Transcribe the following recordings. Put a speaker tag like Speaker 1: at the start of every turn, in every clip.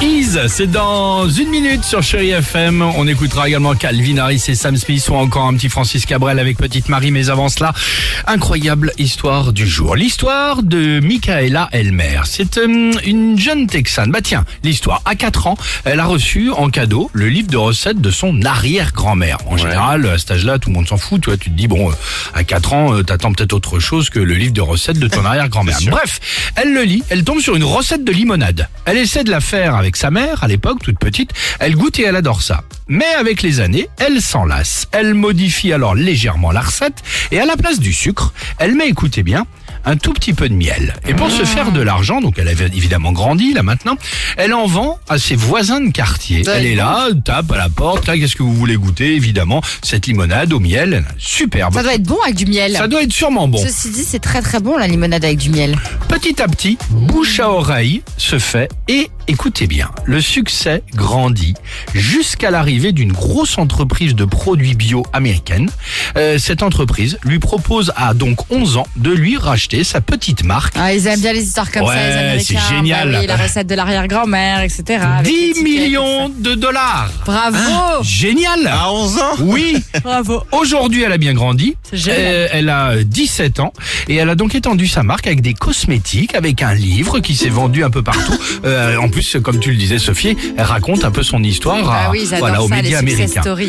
Speaker 1: Kids. C'est dans une minute sur Chéri FM. On écoutera également Calvin Harris et Sam Smith ou encore un petit Francis Cabrel avec Petite Marie. Mais avant cela, incroyable histoire du jour. L'histoire de Michaela Elmer. C'est euh, une jeune Texane. Bah tiens, l'histoire. À 4 ans, elle a reçu en cadeau le livre de recettes de son arrière-grand-mère. En général, à cet âge-là, tout le monde s'en fout. Tu vois, tu te dis, bon, euh, à 4 ans, euh, t'attends peut-être autre chose que le livre de recettes de ton arrière-grand-mère. Bref, elle le lit, elle tombe sur une recette de limonade. Elle essaie de la faire avec sa mère, à l'époque, toute petite. Elle goûte et elle adore ça. Mais avec les années, elle s'en lasse. Elle modifie alors légèrement la recette et à la place du sucre, elle met, écoutez bien, un tout petit peu de miel. Et pour se faire de l'argent, donc elle avait évidemment grandi là maintenant, elle en vend à ses voisins de quartier. Elle est là, tape à la porte, là, qu'est-ce que vous voulez goûter Évidemment, cette limonade au miel, superbe.
Speaker 2: Ça doit être bon avec du miel.
Speaker 1: Ça doit être sûrement bon.
Speaker 2: Ceci dit, c'est très très bon la limonade avec du miel.
Speaker 1: Petit à petit, bouche à oreille se fait et écoutez bien, le succès grandit jusqu'à l'arrivée d'une grosse entreprise de produits bio américaine. Euh, cette entreprise lui propose à donc 11 ans de lui racheter sa petite marque.
Speaker 2: Ah, ils aiment bien les histoires comme ça, les
Speaker 1: Ouais, c'est
Speaker 2: Américains.
Speaker 1: génial.
Speaker 2: Bah oui, la recette de l'arrière-grand-mère, etc. Ah, avec Oh.
Speaker 1: 10
Speaker 2: les tickets,
Speaker 1: millions Hein de dollars
Speaker 2: tout ça. Bravo
Speaker 1: Génial
Speaker 3: À 11 ans
Speaker 1: Oui
Speaker 2: Bravo
Speaker 1: Aujourd'hui, elle a bien grandi.
Speaker 2: C'est génial.
Speaker 1: Euh, elle a euh, 17 ans et elle a donc étendu sa marque avec des cosmétiques, avec un livre qui s'est vendu un peu partout. Euh, en plus, comme tu le disais, Sophie, elle raconte un peu son histoire
Speaker 2: Bah
Speaker 1: à-
Speaker 2: oui, j'adore
Speaker 1: Ah, voilà, aux
Speaker 2: ça, les
Speaker 1: médias
Speaker 2: success
Speaker 1: américains.
Speaker 2: stories.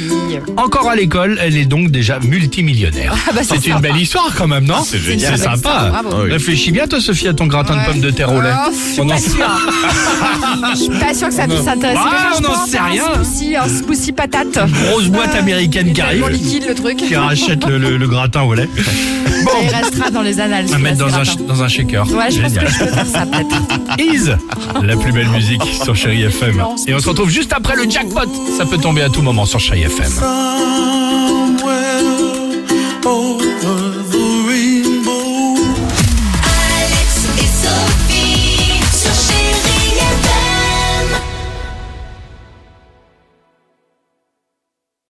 Speaker 1: Encore à l'école, elle est donc déjà multimillionnaire.
Speaker 2: Ah bah,
Speaker 1: c'est une belle histoire quand même, non
Speaker 3: Ah, c'est génial.
Speaker 1: C'est
Speaker 2: C'est une belle histoire,
Speaker 1: sympa.
Speaker 2: bravo. Ah
Speaker 3: oui.
Speaker 1: Réfléchis bien, toi, Sophie, à ton gratin de
Speaker 2: Ouais.
Speaker 1: pommes de terre au lait.
Speaker 2: Oh, je suis
Speaker 1: On en-
Speaker 2: pas sûre. Je suis pas sûre que ça puisse intéresser.
Speaker 1: Ouais, on
Speaker 2: les gens. Je
Speaker 1: en
Speaker 2: pense
Speaker 1: sait
Speaker 2: à
Speaker 1: rien.
Speaker 2: Un smoothie, un smoothie patate.
Speaker 1: Grosse boîte américaine qui
Speaker 2: Ah, Il est tellement
Speaker 1: arrive,
Speaker 2: liquide le truc.
Speaker 1: qui rachète le, le- le gratin au lait.
Speaker 2: Il restera dans les annales.
Speaker 1: À mettre dans un,
Speaker 2: celui-là, ce gratin.
Speaker 1: dans un shaker.
Speaker 2: Ouais, je pense
Speaker 1: Génial.
Speaker 2: que je peux faire ça peut-être.
Speaker 1: Ease, la plus belle musique sur Chéri FM. Et on se retrouve juste après le jackpot. Ça peut tomber à tout moment sur Chéri FM.
Speaker 3: Somewhere